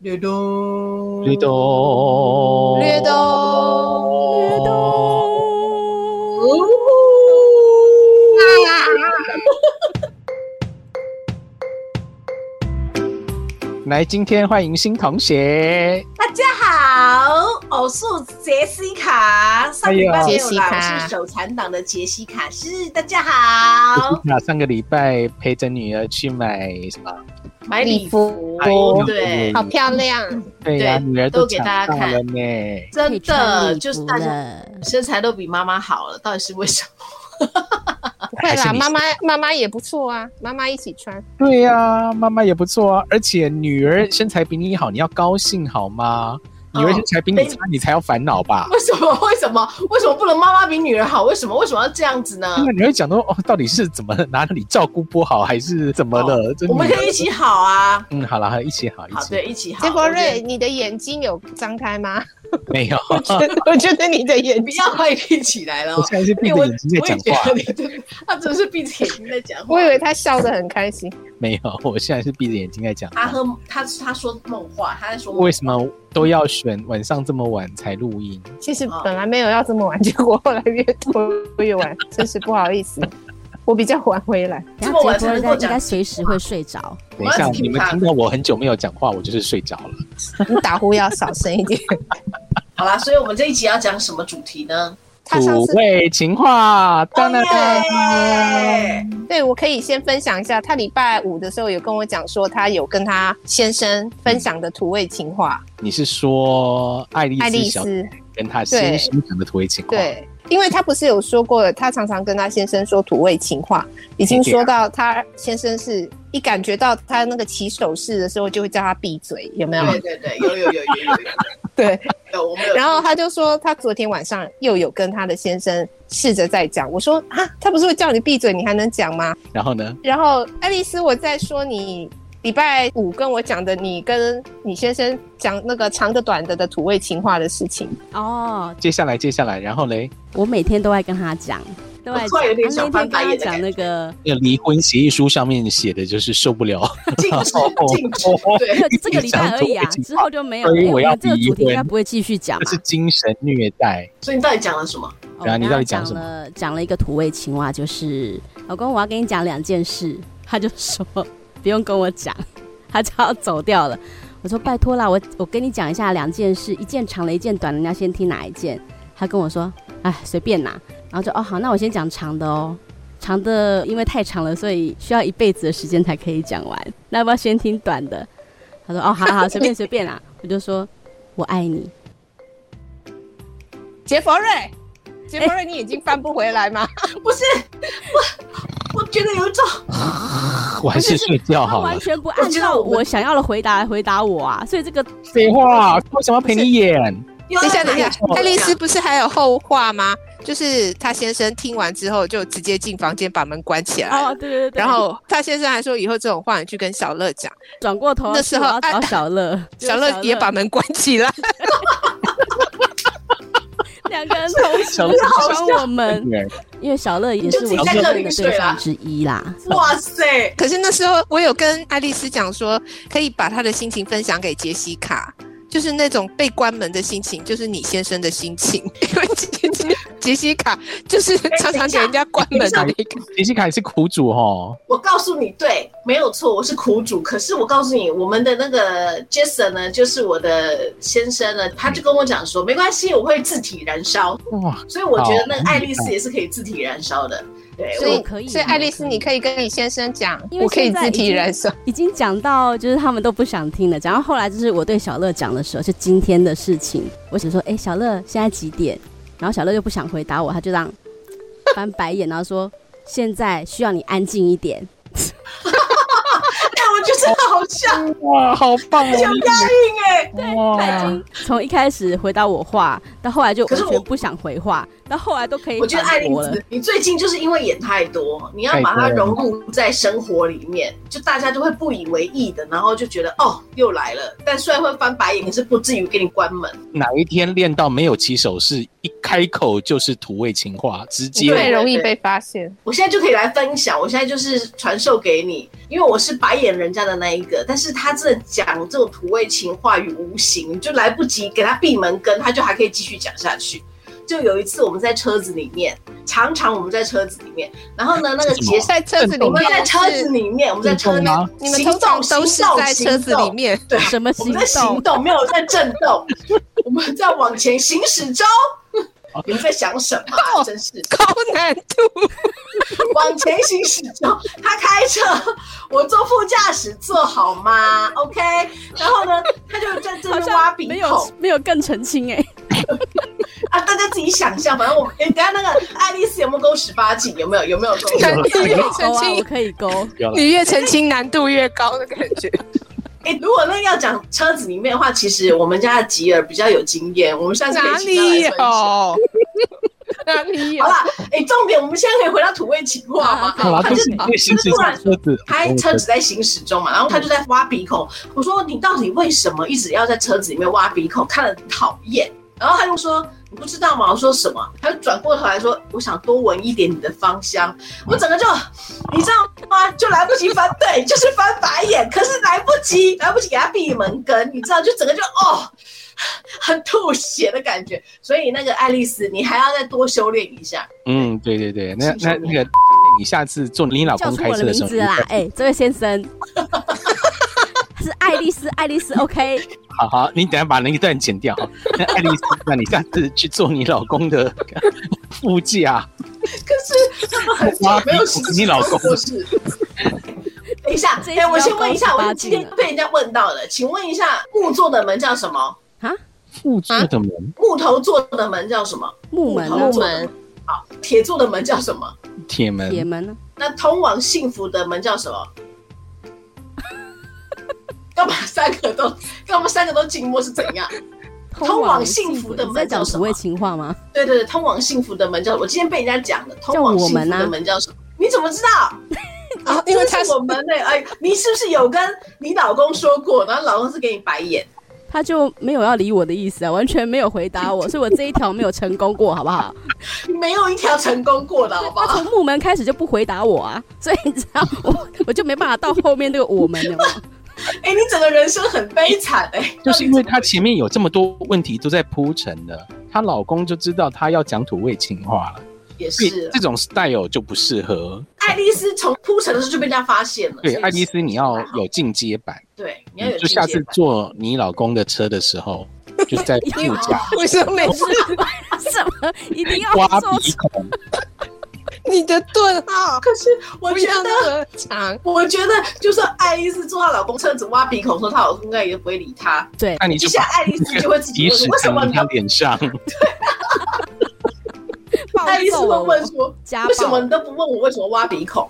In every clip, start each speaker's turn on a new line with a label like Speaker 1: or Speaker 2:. Speaker 1: 略懂，
Speaker 2: 绿豆，
Speaker 3: 略哦懂，
Speaker 2: 绿豆，来，今天欢迎新同学，
Speaker 4: 大家好，偶数杰西卡，上礼拜没有来，
Speaker 3: 哎
Speaker 4: 我
Speaker 3: 呀
Speaker 4: 是手残党的杰西卡，是大家 好，
Speaker 2: 那上个礼拜陪着女儿去买什么？
Speaker 4: 买
Speaker 3: 礼
Speaker 4: 礼
Speaker 3: 服
Speaker 4: 服，
Speaker 2: 哎呦
Speaker 4: 哦对
Speaker 3: 好漂亮，
Speaker 2: 对呀，
Speaker 4: 对
Speaker 2: 女儿
Speaker 4: 都给
Speaker 2: 长
Speaker 4: 大家
Speaker 2: 大
Speaker 4: 看
Speaker 2: 了呢。
Speaker 4: 真
Speaker 5: 穿
Speaker 4: 的
Speaker 5: 礼
Speaker 4: 就是
Speaker 5: 服
Speaker 4: 大家
Speaker 5: 了。
Speaker 4: 身材都比妈妈好了，到底是为什么？
Speaker 3: 不会
Speaker 2: 还是
Speaker 3: 啦，
Speaker 2: 你
Speaker 3: 妈妈妈妈也不错啊，妈妈一起穿，
Speaker 2: 对呀、妈妈也不错啊，而且女儿身材比你好，你要高兴好吗？
Speaker 4: 哦
Speaker 2: 女儿身材比你差，你才要烦恼吧？
Speaker 4: 为什么？为什么？为什么不能妈妈比女儿好？为什么？为什么要这样子呢？
Speaker 2: 那你会讲到哦，到底是怎么哪里照顾不好，还是怎么了？这
Speaker 4: 哦我们
Speaker 2: 女儿
Speaker 4: 可以一起好啊，
Speaker 2: 嗯，好了，一起好，一
Speaker 4: 好，
Speaker 2: 起
Speaker 4: 对，一起好。
Speaker 3: 结果
Speaker 4: 我觉得
Speaker 3: 瑞，你的眼睛有张开吗？
Speaker 2: 没有，
Speaker 3: 我觉得你的眼
Speaker 4: 不
Speaker 3: 睛，
Speaker 4: 要回避起来了
Speaker 2: 我
Speaker 4: 哦。
Speaker 2: 现在是闭
Speaker 4: 哎我
Speaker 2: 着眼睛在
Speaker 4: 我也
Speaker 2: 讲
Speaker 4: 觉
Speaker 2: 话
Speaker 4: 得，你真的，他真的是闭着眼睛在讲话。
Speaker 3: 我以为他笑得很开心，
Speaker 2: 没有，我现在是闭着眼睛在讲
Speaker 4: 他
Speaker 2: 话。
Speaker 4: 喝他他说梦话，他在说梦
Speaker 2: 为什么都要选晚上这么晚才录音？
Speaker 3: 其实本来没有要这么晚，结果后来越拖越 晚，真是不好意思，我比较晚回来。
Speaker 4: 这
Speaker 5: 然
Speaker 4: 么
Speaker 5: 后
Speaker 4: 晚
Speaker 5: 杰
Speaker 4: 才
Speaker 5: 波
Speaker 4: 能够
Speaker 5: 应该应
Speaker 4: 讲
Speaker 5: 该随时会睡着。
Speaker 2: 等一下，
Speaker 4: 我要
Speaker 2: 你
Speaker 4: 听
Speaker 2: 们
Speaker 4: 他
Speaker 2: 听到我很久没有讲话，我就是睡着了。
Speaker 3: 你打呼要少声 一点。
Speaker 4: 好啦，所以我们这一集要讲什么主题呢？哦
Speaker 3: 他上
Speaker 2: 土
Speaker 3: 次
Speaker 2: 味情话，当然
Speaker 4: 耶
Speaker 3: 对我可以先分享一下，他礼拜五的时候有跟我讲说，他有跟他先生分享的土味情话，
Speaker 2: 你是说爱丽
Speaker 3: 爱
Speaker 2: 丝
Speaker 3: 丽
Speaker 2: 小
Speaker 3: 丝。
Speaker 2: 跟她先生讲的土味情话？，
Speaker 3: 对，因为他不是有说过，他常常跟他先生说土味情话，已经说到他先生是一感觉到他那个起手势的时候，就会叫他闭嘴，有没有？
Speaker 4: 对对对，有有有有有有
Speaker 3: 对。
Speaker 4: 有，我们有。
Speaker 3: 然后他就说，他昨天晚上又有跟他的先生试着在讲。我说啊，他不是会叫你闭嘴，你还能讲吗？
Speaker 2: 然后呢？
Speaker 3: 然后爱丽丝，我在说你礼拜五跟我讲的，你跟你先生讲那个长的短的的土味情话的事情。
Speaker 5: 哦，
Speaker 2: 接下来，接下来，然后嘞，
Speaker 5: 我每天都爱跟他讲，都爱
Speaker 4: 我突然有点
Speaker 5: 讲。
Speaker 4: 想
Speaker 5: 他那
Speaker 4: 翻
Speaker 5: 天
Speaker 4: 白
Speaker 5: 跟他
Speaker 4: 眼的
Speaker 5: 讲那个，
Speaker 2: 那个离婚协议书上面写的就是受不了，
Speaker 4: 禁止禁止，对，
Speaker 5: 这这个礼拜而已 啊，之后就没有了。
Speaker 2: 所以
Speaker 5: 哎
Speaker 2: 我要
Speaker 5: 们这个
Speaker 2: 离
Speaker 5: 主题应该
Speaker 2: 婚
Speaker 5: 不会继续讲
Speaker 2: 这
Speaker 5: 吧
Speaker 2: 是？精神虐待。
Speaker 4: 所以你到底讲了什么？
Speaker 5: 哦
Speaker 2: 对啊
Speaker 5: 我
Speaker 2: 你
Speaker 5: 跟
Speaker 2: 到
Speaker 5: 他
Speaker 2: 底讲
Speaker 5: 讲
Speaker 2: 什么
Speaker 5: 了讲了一个土味情话，就是老公，我要跟你讲两件事。他就说不用跟我讲，他就要走掉了。我说拜托啦，我我跟你讲一下两件事，一件长的，一件短的，你要先听哪一件？他跟我说，哎，随便啦。然后就哦好，那我先讲长的哦。长的因为太长了，所以需要一辈子的时间才可以讲完。那要不要先听短的？他说哦，好好，随便随便啦。我就说我爱你。
Speaker 3: 杰佛瑞，杰佛瑞，你已经翻不回来吗？
Speaker 4: 不是我，我觉得有一种
Speaker 2: 我还是睡觉哦
Speaker 5: 他
Speaker 2: 好
Speaker 5: 完
Speaker 2: 了。
Speaker 5: 全不
Speaker 4: 我
Speaker 5: 按
Speaker 4: 知
Speaker 5: 照
Speaker 4: 道我们
Speaker 5: 我想要的回答来回答我啊，所以这个
Speaker 2: 废话，为什么要陪你演？
Speaker 4: 有
Speaker 3: 等一下，等一 下，
Speaker 5: 哦
Speaker 3: 爱丽丝
Speaker 4: 讲
Speaker 3: 不是还有后话吗？就是她先生听完之后，就直接进房间把门关起来了。
Speaker 5: 哦，对对对，
Speaker 3: 哎然后她先生还说，以后这种话你去跟小乐讲，
Speaker 5: 转过头
Speaker 3: 那时候
Speaker 5: 我要找
Speaker 3: 啊
Speaker 5: 小乐，就
Speaker 3: 小乐也把门关起来。
Speaker 5: 两个人同 时
Speaker 2: 小乐
Speaker 5: 帮我们，
Speaker 2: 对
Speaker 5: 因为小乐也是我
Speaker 4: 你就自
Speaker 5: 结
Speaker 4: 己在这
Speaker 5: 婚的
Speaker 4: 里
Speaker 5: 对
Speaker 4: 睡
Speaker 5: 象
Speaker 4: 啦
Speaker 5: 之一啦。哦
Speaker 4: 哇塞，
Speaker 3: 可是那时候我有跟爱丽丝讲说，可以把她的心情分享给杰西卡，就是那种被关门的心情，就是你先生的心情， 因为杰杰杰西卡就是常常给人家关门
Speaker 2: 哎
Speaker 3: 的那个。
Speaker 2: 杰西卡也是苦主哦，
Speaker 4: 我告诉你，对，没有错，我是苦主。可是我告诉你，我们的那个 Jason 呢，就是我的先生呢，他就跟我讲说，没关系，我会自体燃烧。
Speaker 2: 哇，
Speaker 4: 所以我觉得那个爱丽丝也是可以自体燃烧的。对，
Speaker 5: 所
Speaker 4: 我
Speaker 5: 以我可以
Speaker 3: 所以
Speaker 5: 我
Speaker 3: 爱丽丝，
Speaker 5: 可以
Speaker 3: 你可以跟你先生讲，
Speaker 5: 因为
Speaker 3: 我可以
Speaker 5: 现在
Speaker 3: 自
Speaker 5: 已
Speaker 3: 体
Speaker 5: 经
Speaker 3: 燃烧。
Speaker 5: 已经讲到就是他们都不想听了，讲到后来就是我对小乐讲的时候，就今天的事情，我只说，哎，小乐现在几点？然后小乐就不想回答我，他就这样翻白眼，然后说现在需要你安静一点。
Speaker 4: 哎，我觉得好 像
Speaker 2: 哇，好棒哦！
Speaker 4: 应哎、
Speaker 2: 哇，
Speaker 5: 嗯从一开始回答我话，到后来就
Speaker 4: 可是
Speaker 5: 完
Speaker 4: 我
Speaker 5: 全不想回话，到后来都可以
Speaker 4: 我觉得
Speaker 5: 反
Speaker 4: 爱丽
Speaker 5: 驳了
Speaker 4: 丝，你最近就是因为演太多，你要把它
Speaker 2: 太多了
Speaker 4: 融入在生活里面，就大家就会不以为意的，然后就觉得哦又来了，但虽然会翻白眼，可是不至于给你关门。
Speaker 2: 哪一天练到没有起手式，一开口就是土味情话，直
Speaker 4: 对
Speaker 2: 接
Speaker 3: 最容易被发现。
Speaker 4: 我现在就可以来分享，我现在就是传授给你，因为我是白眼人家的那一个，但是他真的讲这种土味情话与无形，你就来不及给他闭门羹，他就还可以继续讲下去。就有一次我们在车子里面，常常我们在车子里面，然后呢，那个
Speaker 2: 是什么啊
Speaker 4: 结
Speaker 3: 在车子里
Speaker 4: 我们
Speaker 3: 面
Speaker 4: 在车子
Speaker 3: 是
Speaker 4: 里面，我们在车
Speaker 2: 运
Speaker 4: 里
Speaker 2: 动吗
Speaker 4: 面，
Speaker 6: 你们
Speaker 4: 行
Speaker 6: 通
Speaker 4: 动
Speaker 6: 常都是在车子里，面，
Speaker 5: 什么
Speaker 4: 行动行动我
Speaker 5: 行
Speaker 4: 们在
Speaker 5: 动
Speaker 4: 行？动，没有在震动， 我们在往前行驶中。
Speaker 2: 哦
Speaker 4: 你们在想什么、啊？真是
Speaker 6: 高难 度。
Speaker 4: 往前行驶中，他开车，我坐副驾驶座好吗？OK，然后呢，他就在这
Speaker 5: 好
Speaker 4: 边挖
Speaker 5: 像
Speaker 4: 鼻
Speaker 5: 没
Speaker 4: 孔
Speaker 5: 有没有更澄 清哎、
Speaker 4: 啊，大家自己想象，反正我们，哎、等一下那个爱丽丝有没有勾十八禁？有没有？有没有勾？
Speaker 6: 难
Speaker 2: 有
Speaker 6: 度越
Speaker 5: 勾
Speaker 6: 澄
Speaker 5: 啊，我
Speaker 6: 清，
Speaker 5: 可以勾。
Speaker 2: 有了
Speaker 6: 你越澄清难度越高的感觉。
Speaker 4: 哎、如果那个要讲车子里面的话，其实我们家的吉尔比较有经验，我们下次可以
Speaker 6: 哪
Speaker 4: 请他来
Speaker 6: 里有
Speaker 4: 分享？
Speaker 3: 哪里有
Speaker 4: 好？啦，哎、重点，我们现在可以回到土味情话吗？
Speaker 2: 好啊啦，
Speaker 4: 他
Speaker 2: 就
Speaker 4: 就是
Speaker 2: 因为行驶在车子，
Speaker 4: 他车子在行驶中嘛，然后他就在挖鼻孔。我说你到底为什么一直要在车子里面挖鼻孔？看了讨厌。然后他就说你不知道吗？我说什么？他就转过头来说我想多闻一点你的芳香。我整个就 你知道吗？就来不及翻对，就是翻白眼，可是来不及，来不及给他闭门羹，你知道，就整个就哦。 很吐血的感觉，所以那个爱丽丝，你还要再多修炼一下。
Speaker 2: 嗯，对对对，那那那个，你下次做你老
Speaker 5: 叫
Speaker 2: 公
Speaker 5: 出
Speaker 2: 开
Speaker 5: 我
Speaker 2: 车
Speaker 5: 的
Speaker 2: 的时
Speaker 5: 名
Speaker 2: 候，
Speaker 5: 字 啦！哎、这位 先生是爱丽丝，爱丽丝，OK，
Speaker 2: 好好，你等一下把那一段剪掉。那爱丽丝，那你下次去做你老公的 副驾，
Speaker 4: 可是他们很久没有实施
Speaker 2: 你老公
Speaker 4: 过是。等一下，
Speaker 5: 这一
Speaker 4: 哎、
Speaker 5: 集
Speaker 4: 我先问一下，
Speaker 5: 要高十八
Speaker 4: 我今天
Speaker 5: 禁了
Speaker 4: 被人家问到了，请问一下，木做的门叫什么？
Speaker 2: 副座的门，
Speaker 4: 木头做的门叫什么？
Speaker 5: 木门啊
Speaker 4: 木头，做的门。好，铁做的门叫什么？
Speaker 2: 铁
Speaker 5: 铁
Speaker 2: 门，
Speaker 5: 门啊，
Speaker 4: 那通往幸福的门叫什 么？干嘛三个都干嘛三个都静默是怎样？
Speaker 5: 通
Speaker 4: 往
Speaker 5: 幸
Speaker 4: 幸福的
Speaker 5: 你
Speaker 4: 门
Speaker 5: 在讲
Speaker 4: 叫什
Speaker 5: 土味
Speaker 4: 么
Speaker 5: 情话吗？
Speaker 4: 对对对，通往幸福的门叫我今天被人家讲的，通往
Speaker 5: 叫
Speaker 4: 幸
Speaker 5: 我
Speaker 4: 福
Speaker 5: 们啊
Speaker 4: 的门叫什么？你怎么 知道？
Speaker 6: 啊因为他
Speaker 4: 这是我们呢、哎，你是不是有跟你老公说过？然后老公是给你白眼，
Speaker 5: 他就没有要理我的意思啊，完全没有回 答我，所以我这一条没有成功过，好不好？
Speaker 4: 没有一条成功过的，好不
Speaker 5: 他
Speaker 4: 好？
Speaker 5: 从木门开始就不回答我啊， 所以你知道我我就没办法到后面那个我们了。
Speaker 4: 哎、你整个人生很悲惨哎、
Speaker 2: 就是因为她前面有这么多问题都在铺陈的，她老公就知道她要讲土味情话了，
Speaker 4: 也
Speaker 2: 所以
Speaker 4: 是
Speaker 2: 这种 style 就不适合。
Speaker 4: 爱丽丝从铺陈的时候就被人家发现了。
Speaker 2: 对，
Speaker 4: 所以
Speaker 2: 爱丽丝，你要有进阶版，
Speaker 4: 对，你要有
Speaker 2: 就下次坐你老公的车的时说，就在副驾
Speaker 6: 为什么每次
Speaker 5: 什么一定要
Speaker 2: 挖
Speaker 5: 说
Speaker 2: 鼻孔。
Speaker 6: 你的顿号
Speaker 4: 啊可是我
Speaker 6: 不
Speaker 4: 觉
Speaker 6: 要
Speaker 4: 得。
Speaker 6: 那么长？
Speaker 4: 我觉得，就算爱丽丝坐她老公车子挖鼻孔的时候，她老公应该也不会理她。
Speaker 5: 对，
Speaker 2: 那你
Speaker 4: 就
Speaker 2: 就
Speaker 4: 像爱丽丝就会自己
Speaker 2: 鼻
Speaker 4: 问
Speaker 2: 屎
Speaker 4: 为什
Speaker 2: 弹
Speaker 4: 么
Speaker 2: 到
Speaker 4: 你
Speaker 2: 他
Speaker 4: 要
Speaker 2: 脸上，
Speaker 5: 暴
Speaker 4: 爱丽丝
Speaker 5: 揍
Speaker 4: 会
Speaker 5: 我
Speaker 4: 问说
Speaker 5: 家
Speaker 4: 为什么
Speaker 5: 暴
Speaker 4: 你都不问我为什么挖鼻孔？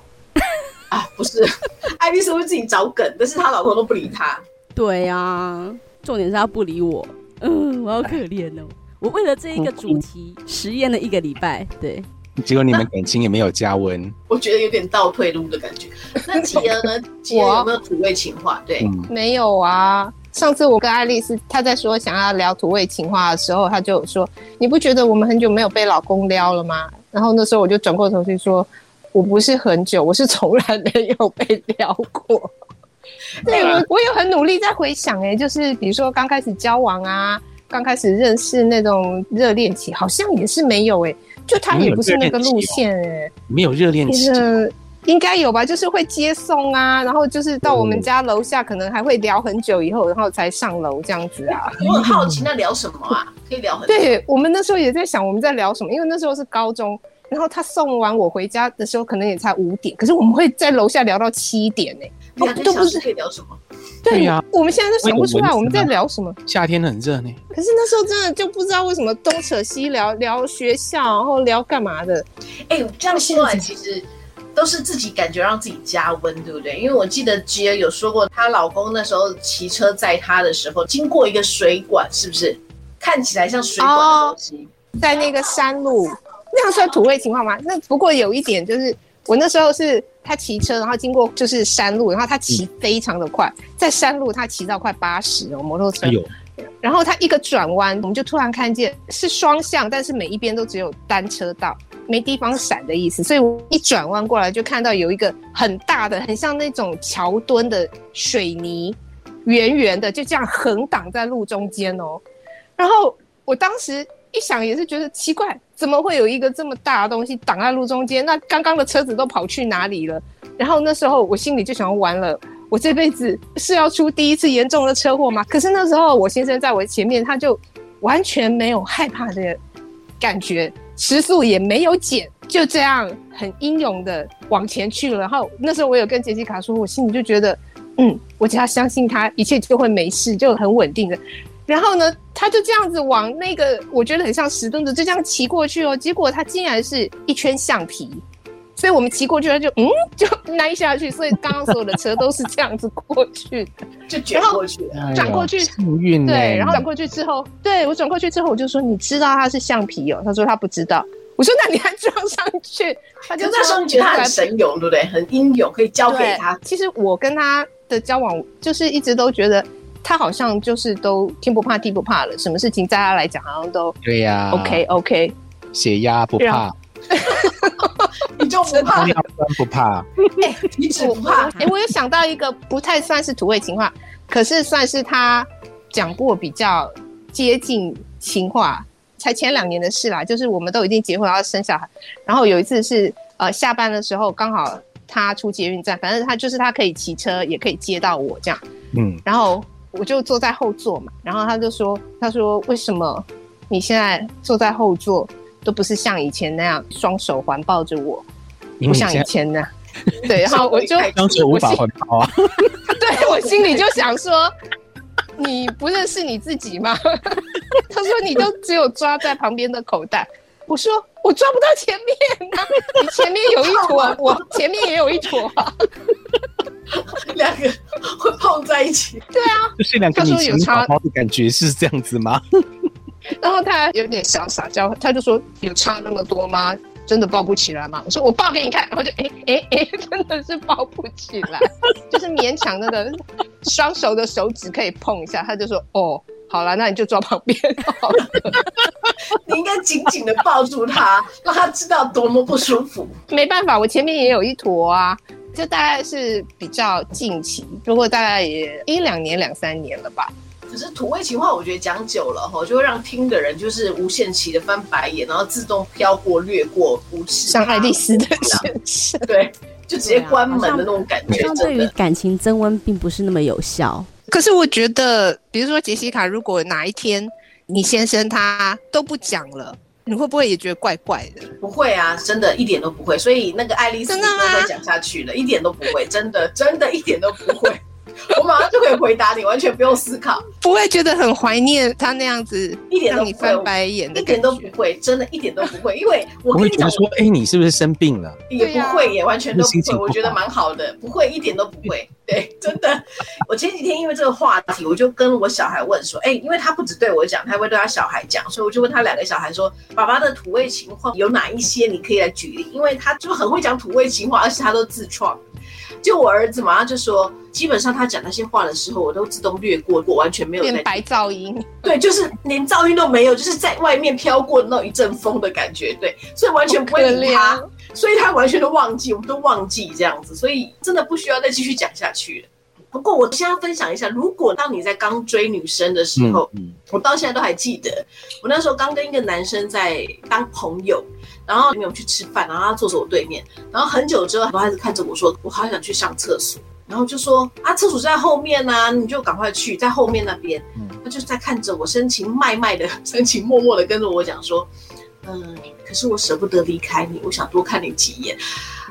Speaker 4: 啊，不是， 爱丽丝会自己找梗，但是她老公都不理她。
Speaker 5: 对呀、重点是他不理我， 嗯，我好可怜哦。我为了这一个主题实验了一个礼拜，对，
Speaker 2: 结果你们感情也没有加温。
Speaker 4: 我觉得有点倒退路的感觉。那吉儿 呢？吉儿有没有土味情话？对，
Speaker 2: 嗯，
Speaker 3: 没有啊。上次我跟爱丽丝，她在说想要聊土味情话的时候，她就说：“你不觉得我们很久没有被老公撩了吗？”然后那时候我就转过头去说：“我不是很久，我是从来没有被 撩过。”对，啊我我有很努力在回想、欸，就是比如说刚开始交往啊，刚开始认识那种热恋期，好像也是没有、欸，就他也不是那个路线、欸，
Speaker 2: 没有热恋期
Speaker 3: 其，实应该有吧，就是会接送啊，然后就是到我们家楼下，可能还会聊很久以后，然后才上楼这样子啊。
Speaker 4: 我很好
Speaker 5: 嗯
Speaker 4: 奇，那聊什么啊？可以聊很多。
Speaker 3: 对我们那时候也在想我们在聊什么，因为那时候是高中，然后他送完我回家的时候可能也才五点，可是我们会在楼下聊到七点呢、
Speaker 5: 哦
Speaker 4: 两
Speaker 3: 都
Speaker 4: 个
Speaker 3: 都
Speaker 4: 小
Speaker 3: 不
Speaker 4: 时
Speaker 3: 是
Speaker 4: 可以聊什么？
Speaker 2: 对呀
Speaker 3: 我们现在都想不出来我们在聊什么。
Speaker 2: 夏天很热呢。
Speaker 3: 可是那时候真的就不知道为什么东扯西聊，聊学校，然后聊干嘛的。
Speaker 4: 哎、这样说来，其实都是自己感觉让自己加温，对不对？因为我记得吉儿有说过，她老公那时候骑车载她的时候，经过
Speaker 5: 哦
Speaker 4: 一个水管，是不是？看起来像水管的东西。
Speaker 3: 在那个山路，那样算土味情话吗？那不过有一点就是，我那时候是他骑车，然后经过就是山路，然后他骑非常的快，在山路他骑到快八十哦，摩托车。
Speaker 2: 哎呦，
Speaker 3: 然后他一个转弯，我们就突然看见是双向，但是每一边都只有单车道，没地方闪的意思。所以我一转弯过来就看到有一个很大的，很像那种桥墩的水泥，圆圆的，就这样横挡在路中间哦。然后我当时一想也是觉得奇怪，怎么会有一个这么大的东西挡在路中间？那刚刚的车子都跑去哪里了？然后那时候我心里就想，完了，我这辈子是要出第一次严重的车祸吗？可是那时候我先生在我前面，他就完全没有害怕的感觉，时速也没有减，就这样很英勇的往前去了。然后那时候我有跟杰西卡说，我心里就觉得，嗯，我只要相信他，一切就会没事，就很稳定的。然后呢，他就这样子往那个我觉得很像石墩子，就这样骑过去哦。结果他竟然是一圈橡皮，所以我们骑过去，他就嗯 就蔫下去。所以刚刚所有的车都是这样子过去的
Speaker 4: 就卷过去了。
Speaker 3: 转过去
Speaker 2: 哎呦幸运呢
Speaker 3: 对，然后转过去之后，对我转过去之后，我就说你知道它是橡皮哦，他说他不知道，我说那你还装上去，他
Speaker 4: 就
Speaker 3: 就
Speaker 4: 那时候你觉 得他很神勇，对不对？很英勇，可以交给
Speaker 3: 对
Speaker 4: 他。
Speaker 3: 其实我跟他的交往，就是一直都觉得他好像就是都天不怕地不怕了，什么事情在他来讲好像都
Speaker 2: 对呀
Speaker 3: OK OK，
Speaker 2: 血压不
Speaker 3: 然
Speaker 2: 怕，
Speaker 4: 你就不怕
Speaker 2: 高，尿酸不怕，
Speaker 4: 你只不怕
Speaker 3: 哎、我有想到一个不太算是土味情话，可是算是他讲过比较接近情话，才前两年的事啦。就是我们都已经结婚，然后生小孩，然后有一次是呃下班的时候刚好他出捷运站，反正他就是他可以骑车，也可以接到我这样。
Speaker 2: 嗯，
Speaker 3: 然后我就坐在后座嘛，然后他就说，他说为什么你现在坐在后座都不是像以前那样双手环抱着我，
Speaker 2: 因为
Speaker 3: 不
Speaker 2: 你
Speaker 3: 像以
Speaker 2: 现在
Speaker 3: 前那样。 对，然后我就
Speaker 2: 双手无法
Speaker 3: 我
Speaker 2: 环抱啊，
Speaker 3: 对我心里就想说，你不认识你自己吗？ 他说你就只有抓在旁边的口袋。我说我抓不到前面啊，你前面有一坨，我前面也有一坨啊。
Speaker 4: 两个 会碰在一起，
Speaker 2: 就是两个
Speaker 3: 他
Speaker 2: 你
Speaker 3: 说有
Speaker 2: 前
Speaker 3: 差
Speaker 2: 宝宝的感觉是这样子吗？
Speaker 3: 然后他有点小撒娇，他就说有差那么多吗？真的抱不起来吗？我说我抱给你看，然后就哎哎哎，真的是抱不起来，就是勉强那个双手的手指可以碰一下，他就说哦，好了，那你就抓旁边好了。
Speaker 4: 你应该紧紧的抱住他，让他知道多么不舒服。
Speaker 3: 没办法，我前面也有一坨啊，这大概是比较近期，不过大概也一两年、两三年了吧。
Speaker 4: 可是土味情话，我觉得讲久了吼，就会让听的人就是无限期的翻白眼，然后自动飘过、略过、无视他。
Speaker 3: 像爱丽丝的先生，
Speaker 4: 对，啊就直接关门的那种感觉，
Speaker 5: 相对
Speaker 4: 真
Speaker 5: 于
Speaker 4: 的。
Speaker 5: 感情增温并不是那么有效。
Speaker 6: 可是我觉得，比如说杰西卡，如果哪一天你先生他都不讲了，你会不会也觉得怪怪的？
Speaker 4: 不会啊，真的一点都不会。所以那个爱丽丝
Speaker 6: 真
Speaker 4: 不
Speaker 6: 的吗
Speaker 4: 会讲下去了，一点都不会，真的，真的，一点都不会。 我马上就可以回答你，完全不用思考，
Speaker 6: 不会觉得很怀念他那样子
Speaker 4: 一点都
Speaker 6: 让你
Speaker 4: 不会
Speaker 6: 翻，白眼的
Speaker 4: 一
Speaker 6: 感
Speaker 4: 点
Speaker 6: 觉
Speaker 4: 都？不会，真的，一点都不会。因为我
Speaker 2: 我
Speaker 4: 跟
Speaker 2: 会
Speaker 4: 你
Speaker 2: 觉得
Speaker 4: 讲，
Speaker 2: 说，啊哎，你是不是生病了？
Speaker 4: 也
Speaker 3: 对
Speaker 4: 不
Speaker 3: 呀
Speaker 4: 会，也完全都不
Speaker 2: 心情
Speaker 4: 会，
Speaker 2: 不好
Speaker 4: 我觉得蛮好的，不会一点都不会。对，真的， 我前几天因为这个话题，我就跟我小孩问说，哎、因为他不只对我讲，他会对他小孩讲，所以我就问他两个小孩说，爸爸的土味情话有哪一些？你可以来举例，因为他就很会讲土味情话，而且他都自创。就我儿子马上就说，基本上他讲那些话的时候，我都自动略过，我完全没有
Speaker 3: 变
Speaker 4: 在
Speaker 3: 白噪音，
Speaker 4: 对，就是连噪音都没有，就是在外面飘过那一阵风的感觉，对，所以完全不
Speaker 3: 可
Speaker 4: 会理
Speaker 3: 怜
Speaker 4: 他
Speaker 3: 哦。。
Speaker 4: 所以他完全都忘记，我们都忘记这样子，所以真的不需要再继续讲下去了。不过我现在分享一下，如果当你在刚追女生的时
Speaker 2: 嗯
Speaker 4: 候，
Speaker 2: 嗯，
Speaker 4: 我到现在都还记得，我那时候刚跟一个男生在当朋友，然后没有去吃饭，然后他坐着我对面，然后很久之后，他还是看着我说，我好想去上厕所，然后就说啊，厕所在后面啊，你就赶快去，在后面那边
Speaker 2: 嗯。
Speaker 4: 他就是在看着我，深情脉脉的、 深情脉脉的跟着我讲说，嗯，可是我舍不得离开你，我想多看你几眼。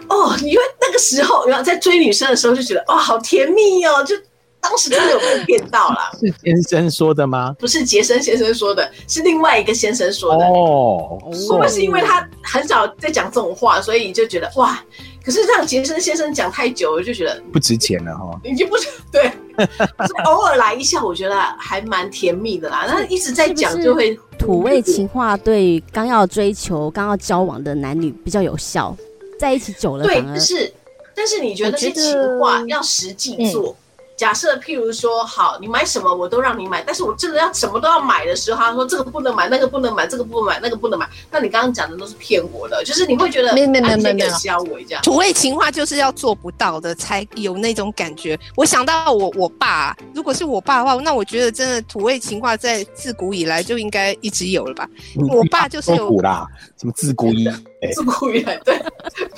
Speaker 4: 哦，因为那个时候，然后在追女生的时候就觉得，哦，好甜蜜哦，就当时真的有被骗到啦。
Speaker 2: 是先生说的吗？
Speaker 4: 不是杰森先生说的，是另外一个先生说的。
Speaker 2: 哦，
Speaker 4: 会不会是因为他很少在讲这种话，所以就觉得哇，可是让杰森先生讲太久，我就觉得
Speaker 2: 不值钱了哈。
Speaker 4: 已经不是 对，所以偶尔来一下，我觉得还蛮甜蜜的啦。那一直在讲就会
Speaker 5: 土味情话对于刚要追求、刚要交往的男女比较有效，在一起久了
Speaker 4: 对，
Speaker 5: 反
Speaker 4: 但
Speaker 5: 而
Speaker 4: 是但是你觉得
Speaker 3: 我
Speaker 4: 这
Speaker 3: 觉
Speaker 4: 些
Speaker 3: 得嗯
Speaker 4: 情话要实际做。假设譬如说，好，你买什么我都让你买，但是我真的要什么都要买的时候，他说这个不能买，那个不能买，这个不能买，那个不能买。那你刚刚讲的都是骗我的，就是你会觉得
Speaker 3: 没没没
Speaker 4: 啊你先
Speaker 3: 没没
Speaker 4: 给消我这样。
Speaker 6: 土味情话就是要做不到的，才有那种感觉。我想到我我爸，如果是我爸的话，那我觉得真的土味情话在自古以来就应该一直有了吧？
Speaker 2: 你
Speaker 6: 我爸就是有
Speaker 2: 多古啦，什么自古以哎
Speaker 4: 自古以来， 对，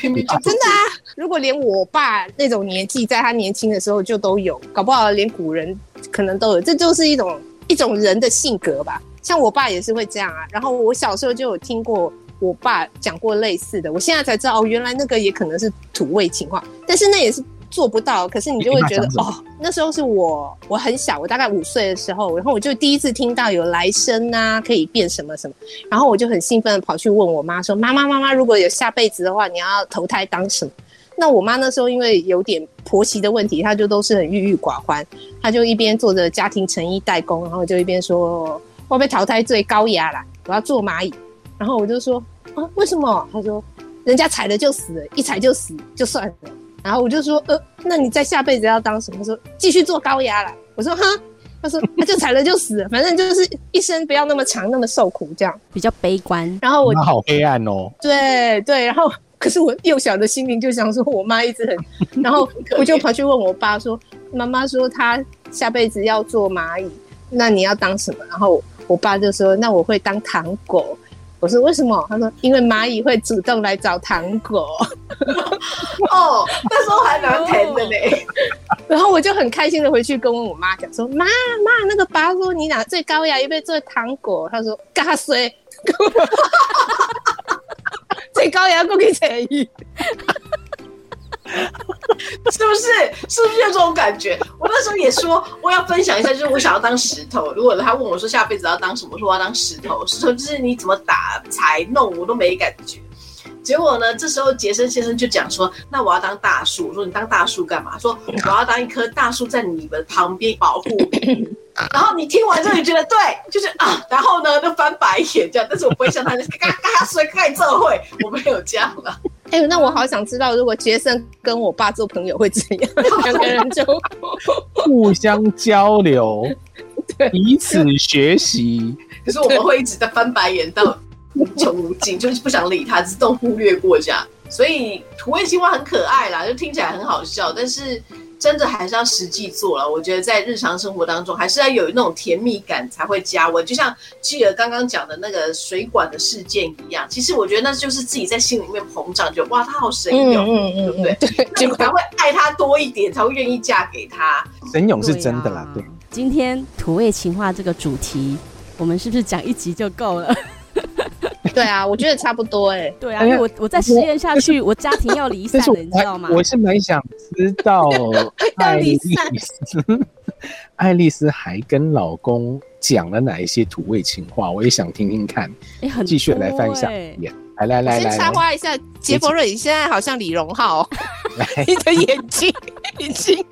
Speaker 4: 明明就
Speaker 3: 真的啊！如果连我爸那种年纪，在他年轻的时候就都有，搞不好连古人可能都有，这就是一种一种人的性格吧。像我爸也是会这样啊。然后我小时候就有听过我爸讲过类似的，我现在才知道哦，原来那个也可能是土味情话，但是那也是做不到。可是你就会觉
Speaker 2: 你
Speaker 3: 得
Speaker 2: 爸讲什么
Speaker 3: 哦，那时候是我我很小，我大概五岁的时候，然后我就第一次听到有来生啊，可以变什么什么。然后我就很兴奋的跑去问我妈说：“妈妈，妈妈，如果有下辈子的话，你要投胎当什么？”那我妈那时候因为有点婆媳的问题，她就都是很郁郁寡欢，她就一边做着家庭成衣代工，然后就一边说：“我被淘汰最高雅啦，我要做蚂蚁。”然后我就说：“啊，为什么？”她说：“人家踩了就死了，一踩就死就算了。”然后我就说：“呃，那你在下辈子要当什么？”她说：“继续做高压啦。”我说：“哈。”她说：“那就踩了就死了，反正就是一生不要那么长，那么受苦这样。”
Speaker 5: 比较悲观。
Speaker 3: 然后我
Speaker 2: 那好黑暗哦。
Speaker 3: 对对，然后可是我幼小的心灵就想说，我妈一直很，然后我就跑去问我爸说，妈妈说她下辈子要做蚂蚁，那你要当什么？然后我爸就说，那我会当糖果。我说为什么？他说因为蚂蚁会主动来找糖果，
Speaker 4: 哦，那时候还蛮甜的呢。
Speaker 3: 然后我就很开心的回去跟我妈讲说，妈妈那个爸说你拿最高呀，又被做糖果，他说嘎谁？ 最高也要过去才艺。
Speaker 4: 是不是？是不是有这种感觉？我那时候也说，我要分享一下，就是我想要当石头。如果他问我说下辈子要当什么，我说我要当石头。石头就是你怎么打、才弄，我都没感觉。结果呢，这时候杰森先生就讲说：“那我要当大树。”我说：“你当大树干嘛？”说：“我要当一棵大树，在你们旁边保护你。”然后你听完之后，你觉得对，就是啊，然后呢，就翻白眼这样。但是我不会像他，就是嘎嘎嘎，谁盖这会？我没有这样了。
Speaker 3: 哎、那我好想知道，如果杰森跟我爸做朋友会怎 样？两个人就
Speaker 2: 互相交流
Speaker 3: 对，
Speaker 2: 彼此学习。
Speaker 4: 可是我们会一直在翻白眼 到无穷无尽，就是不想理他，自动忽略过这样。所以土味情话很可爱啦，就听起来很好笑，但是真的还是要实际做了。我觉得在日常生活当中，还是要有那种甜蜜感才会加温。就像继儿刚刚讲的那个水管的事件一样，其实我觉得那就是自己在心里面膨胀，就哇，他好神
Speaker 3: 嗯
Speaker 4: 勇，
Speaker 3: 嗯
Speaker 4: 对
Speaker 3: 嗯
Speaker 4: 不
Speaker 3: 嗯，
Speaker 4: 对？
Speaker 3: 对，
Speaker 4: 那
Speaker 3: 结
Speaker 4: 你
Speaker 3: 果
Speaker 4: 才会爱他多一点，才会愿意嫁给他。
Speaker 2: 神勇是真的啦，
Speaker 5: 对
Speaker 2: 对
Speaker 5: 啊。今天土味情话这个主题，我们是不是讲一集就够了？
Speaker 3: 对啊，我觉得差不多哎、
Speaker 5: 对啊，
Speaker 2: 哎
Speaker 5: 因
Speaker 2: 呀
Speaker 5: 为我我再实验下去，我家庭要离
Speaker 2: 但
Speaker 5: 散
Speaker 2: 是
Speaker 5: 了，
Speaker 2: 我
Speaker 5: 你知道吗
Speaker 2: 还？我是蛮想知道爱丽丝， 爱丽丝还跟老公讲了哪一些土味情话，我也想听听看。
Speaker 5: 哎，很
Speaker 2: 继续来
Speaker 5: 多
Speaker 2: 翻一下
Speaker 5: 哎
Speaker 2: 眼，来来来
Speaker 6: 先
Speaker 2: 来
Speaker 6: 插
Speaker 2: 来，
Speaker 6: 花一下，杰伯瑞，你现在好像李荣浩 哦，
Speaker 2: 来
Speaker 6: 你的眼睛已经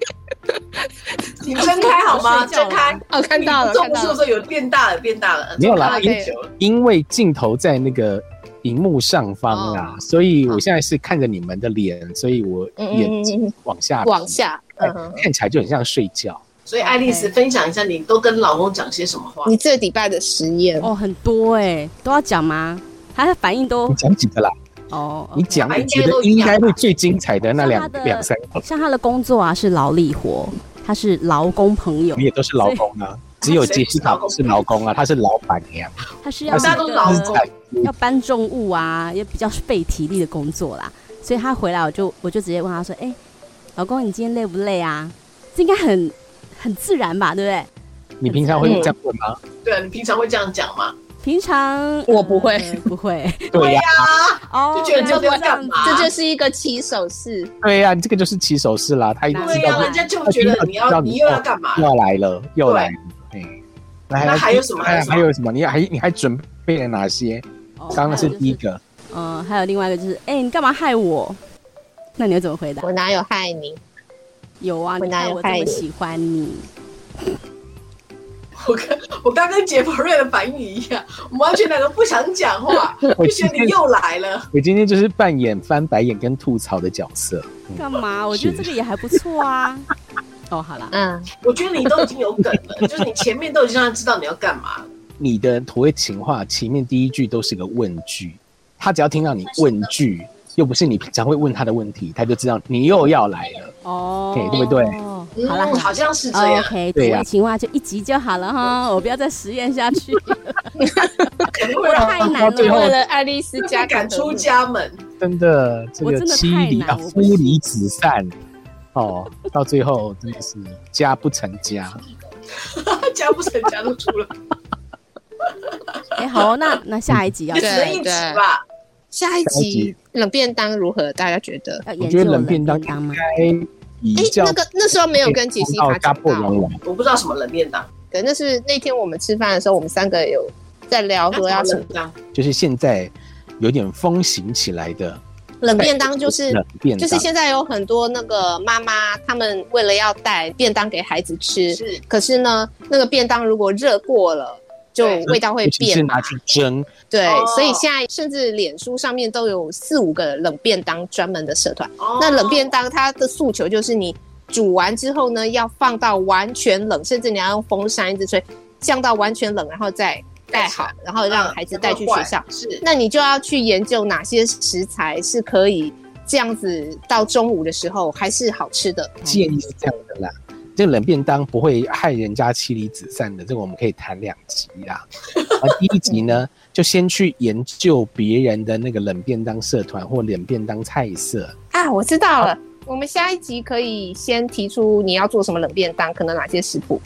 Speaker 4: 你睁开好吗？
Speaker 5: 我睡觉
Speaker 4: 睁
Speaker 5: 了
Speaker 4: 开。
Speaker 3: 哦，看到了，
Speaker 4: 中
Speaker 3: 看
Speaker 4: 不是
Speaker 3: 到
Speaker 4: 我
Speaker 3: 了，
Speaker 4: 说有变大了，变大了，
Speaker 2: 没有啦
Speaker 4: 看到太久了。
Speaker 2: 因为镜头在那个荧幕上方啊，所以我现在是看着你们的脸，所以我
Speaker 3: 嗯嗯
Speaker 2: 眼
Speaker 3: 嗯
Speaker 2: 睛
Speaker 3: 嗯，
Speaker 2: 往下
Speaker 3: 往下，
Speaker 2: 哎
Speaker 3: 嗯，嗯嗯
Speaker 2: 看起来就很像睡觉。
Speaker 4: 所以爱丽丝
Speaker 5: OK
Speaker 4: 分享一下，你都跟老公讲些什么话？
Speaker 3: 你这礼拜的实验，
Speaker 5: 哦，很多哎，都要讲吗？他的反应都
Speaker 2: 你讲几个啦？
Speaker 5: 哦，
Speaker 2: 你
Speaker 5: OK
Speaker 2: 讲
Speaker 4: 啊
Speaker 2: 你
Speaker 4: 应
Speaker 2: 觉
Speaker 4: 该
Speaker 2: 得
Speaker 4: 都
Speaker 2: 应
Speaker 4: 讲
Speaker 2: 该
Speaker 4: 吧
Speaker 2: 会最精彩的那
Speaker 5: 像
Speaker 2: 两
Speaker 5: 他的
Speaker 2: 两三个，
Speaker 5: 像他的工作啊是劳力活，他是劳工朋友
Speaker 2: 你，也都是劳工啊，只有杰西卡不是劳工啊，他是老板娘，
Speaker 5: 他是要
Speaker 2: 大家
Speaker 5: 那
Speaker 4: 都
Speaker 5: 个
Speaker 4: 劳
Speaker 2: 他是
Speaker 4: 工
Speaker 2: 在
Speaker 5: 要搬重物啊，也比较费体力的工作啦。所以他回来，我就我就直接问他说：“哎、老公，你今天累不累啊？”这应该很很自然吧，对不对？
Speaker 2: 你平常会这样问吗？
Speaker 4: 对啊，你平常会这样讲吗？
Speaker 5: 平常
Speaker 3: 我不会
Speaker 5: 呃不 会
Speaker 4: 嗯
Speaker 2: 对呀，
Speaker 4: 啊，
Speaker 5: 哦，
Speaker 4: 就觉得这
Speaker 5: 原来这
Speaker 4: 要
Speaker 5: 样
Speaker 4: 干
Speaker 5: 子
Speaker 4: 嘛？
Speaker 3: 这就是一个起手式，
Speaker 2: 对呀，你这个就是起手式啦，他已经
Speaker 5: 啊
Speaker 2: 知
Speaker 4: 对
Speaker 5: 知
Speaker 4: 呀、
Speaker 5: 道
Speaker 2: 道
Speaker 5: 了
Speaker 4: 人家就觉得你
Speaker 2: 知道
Speaker 4: 要
Speaker 2: 你
Speaker 4: 你哦又要干嘛？
Speaker 2: 又来了，又来了，哎，
Speaker 4: 那
Speaker 2: 来来
Speaker 4: 还有什么还有
Speaker 2: 哎
Speaker 4: 什么
Speaker 2: 还有什么？你还你还准备了哪些？
Speaker 5: 哦
Speaker 2: 刚刚是第一，
Speaker 5: 还有就是
Speaker 2: 个，
Speaker 5: 嗯、还有另外一个就是，哎、你干嘛害我？那你会怎么回答？
Speaker 3: 我哪有害你？
Speaker 5: 有啊，
Speaker 3: 我
Speaker 5: 你
Speaker 3: 哪
Speaker 5: 看
Speaker 3: 有
Speaker 5: 我这
Speaker 3: 害
Speaker 5: 么
Speaker 3: 你
Speaker 5: 喜欢你，
Speaker 4: 我跟我刚跟杰弗瑞的反应一样，我们完全两个不想讲 话，
Speaker 2: 我
Speaker 4: 就觉得你又来了。
Speaker 2: 我今天就是扮演翻白眼跟吐槽的角色。嗯、
Speaker 5: 干嘛？我觉得
Speaker 2: 是
Speaker 5: 这个也还不 错啊。哦，好啦，
Speaker 3: 嗯，
Speaker 4: 我觉得你都已经有梗 了，就是你前面都已经让他知道你要干嘛了。
Speaker 2: 你的土味情话前面第一句都是个问句，他只要听到你问句，又不是你平常会问他的问题，他就知道你又要来了。
Speaker 5: 哦，
Speaker 2: 对对不对
Speaker 4: 嗯，
Speaker 5: 好啦，好啦
Speaker 4: 好哦像是这样。
Speaker 5: OK，
Speaker 2: 对
Speaker 5: 土
Speaker 2: 呀
Speaker 5: 味情话就一集就好了哈，我不要再实验 下去，
Speaker 4: 可能会
Speaker 5: 我
Speaker 4: 让
Speaker 5: 太难
Speaker 2: 啊到最
Speaker 5: 了
Speaker 2: 后。
Speaker 3: 为了爱丽丝
Speaker 4: 家
Speaker 3: 家
Speaker 4: 赶出，家门，
Speaker 2: 真的，这
Speaker 5: 我
Speaker 2: 个
Speaker 5: 真的
Speaker 2: 妻
Speaker 5: 太
Speaker 2: 离
Speaker 5: 难
Speaker 2: 啊，
Speaker 5: 我
Speaker 2: 夫
Speaker 5: 不行
Speaker 2: 离子散，哦，到最后真的是家不成家。
Speaker 4: 家不成家都出了，
Speaker 5: 哎，好，那那下一集要
Speaker 4: 也只能一集吧。
Speaker 3: 下一
Speaker 2: 下一集
Speaker 3: 集冷便当如何？大家觉得？
Speaker 5: 要
Speaker 2: 我
Speaker 5: 研
Speaker 2: 觉
Speaker 5: 究
Speaker 2: 得冷便当
Speaker 5: 当
Speaker 2: 应
Speaker 5: 吗？
Speaker 2: 该比
Speaker 3: 哎，
Speaker 2: 较
Speaker 3: 那个那时候没有跟杰西
Speaker 2: 到
Speaker 3: 卡
Speaker 2: 家
Speaker 3: 讲
Speaker 2: 破
Speaker 3: 到，
Speaker 2: 人亡。
Speaker 4: 我不知道什么冷面档，
Speaker 3: 对，那是那天我们吃饭的时候，我们三个有在聊说要
Speaker 4: 什
Speaker 3: 吃
Speaker 4: 么冷当，
Speaker 2: 就是现在有点风行起来的
Speaker 3: 冷便当，就是
Speaker 2: 冷便
Speaker 3: 就
Speaker 2: 当，
Speaker 3: 是现在有很多那个妈妈，她们为了要带便当给孩子吃，
Speaker 4: 是
Speaker 3: 可是呢，那个便当如果热过了，就
Speaker 4: 对
Speaker 3: 味道会
Speaker 2: 尤其是
Speaker 3: 变嘛
Speaker 2: 拿。去蒸，
Speaker 3: 对
Speaker 4: 哦，
Speaker 3: 所以现在甚至脸书上面都有四五个冷便当专门的社团。
Speaker 4: 哦
Speaker 3: 那冷便当它的诉求就是你煮完之后呢，要放到完全冷，甚至你要用风扇一直吹，降到完全冷，然后再盖好，然后
Speaker 2: 嗯
Speaker 3: 让孩子带去学校。
Speaker 4: 是
Speaker 3: 那你就要去研究哪些食材是可以这样子到中午的时候还是好吃的。
Speaker 2: 建议是这样的啦。这个冷便当不会害人家妻离子散的，这个我们可以谈两集啦。啊，第一集呢，就先去研究别人的那个冷便当社团或冷便当菜色，
Speaker 3: 啊，我知道了。我们下一集可以先提出你要做什么冷便当，可能哪些食谱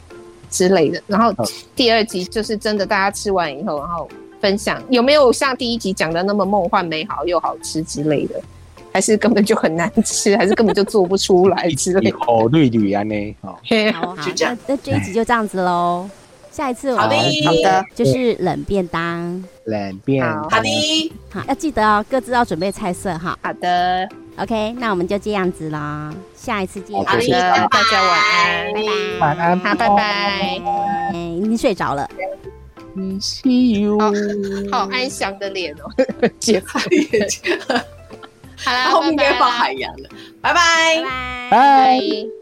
Speaker 3: 之类的。然后
Speaker 2: 好
Speaker 3: 第二集就是真的大家吃完以后，然后分享有没有像第一集讲的那么梦幻美好又好吃之类的，还是根本就很难吃，还是根本就做不出来
Speaker 2: 一
Speaker 3: 之
Speaker 2: 起
Speaker 3: 类的。
Speaker 2: 哦，绿绿啊呢，哦，
Speaker 3: 嘿
Speaker 5: 好好
Speaker 4: 就，这
Speaker 5: 那
Speaker 4: 样
Speaker 5: 那这一集就这样子喽。下一次我
Speaker 4: 好的
Speaker 5: 们
Speaker 2: 好
Speaker 3: 的
Speaker 5: 就是冷便当，
Speaker 2: 冷便
Speaker 3: 好
Speaker 4: 好的，
Speaker 5: 好，要记得哦，各自要准备菜色哈。
Speaker 3: 好的，
Speaker 5: OK，那我们就这样子啦，下一次见，
Speaker 2: 好
Speaker 3: 好
Speaker 2: 的
Speaker 3: 的，
Speaker 2: 谢谢大家
Speaker 3: 大家晚安，
Speaker 5: 拜拜，
Speaker 2: 晚安
Speaker 3: 好，拜拜。
Speaker 5: 拜，你睡着了，
Speaker 2: ，See you，
Speaker 3: 好好安详的脸哦，姐夫。 好啦，
Speaker 4: 后面应该
Speaker 3: 拜拜
Speaker 4: 放
Speaker 3: 啦
Speaker 4: 海洋了，拜拜
Speaker 2: 拜。
Speaker 5: 拜。拜。
Speaker 3: 拜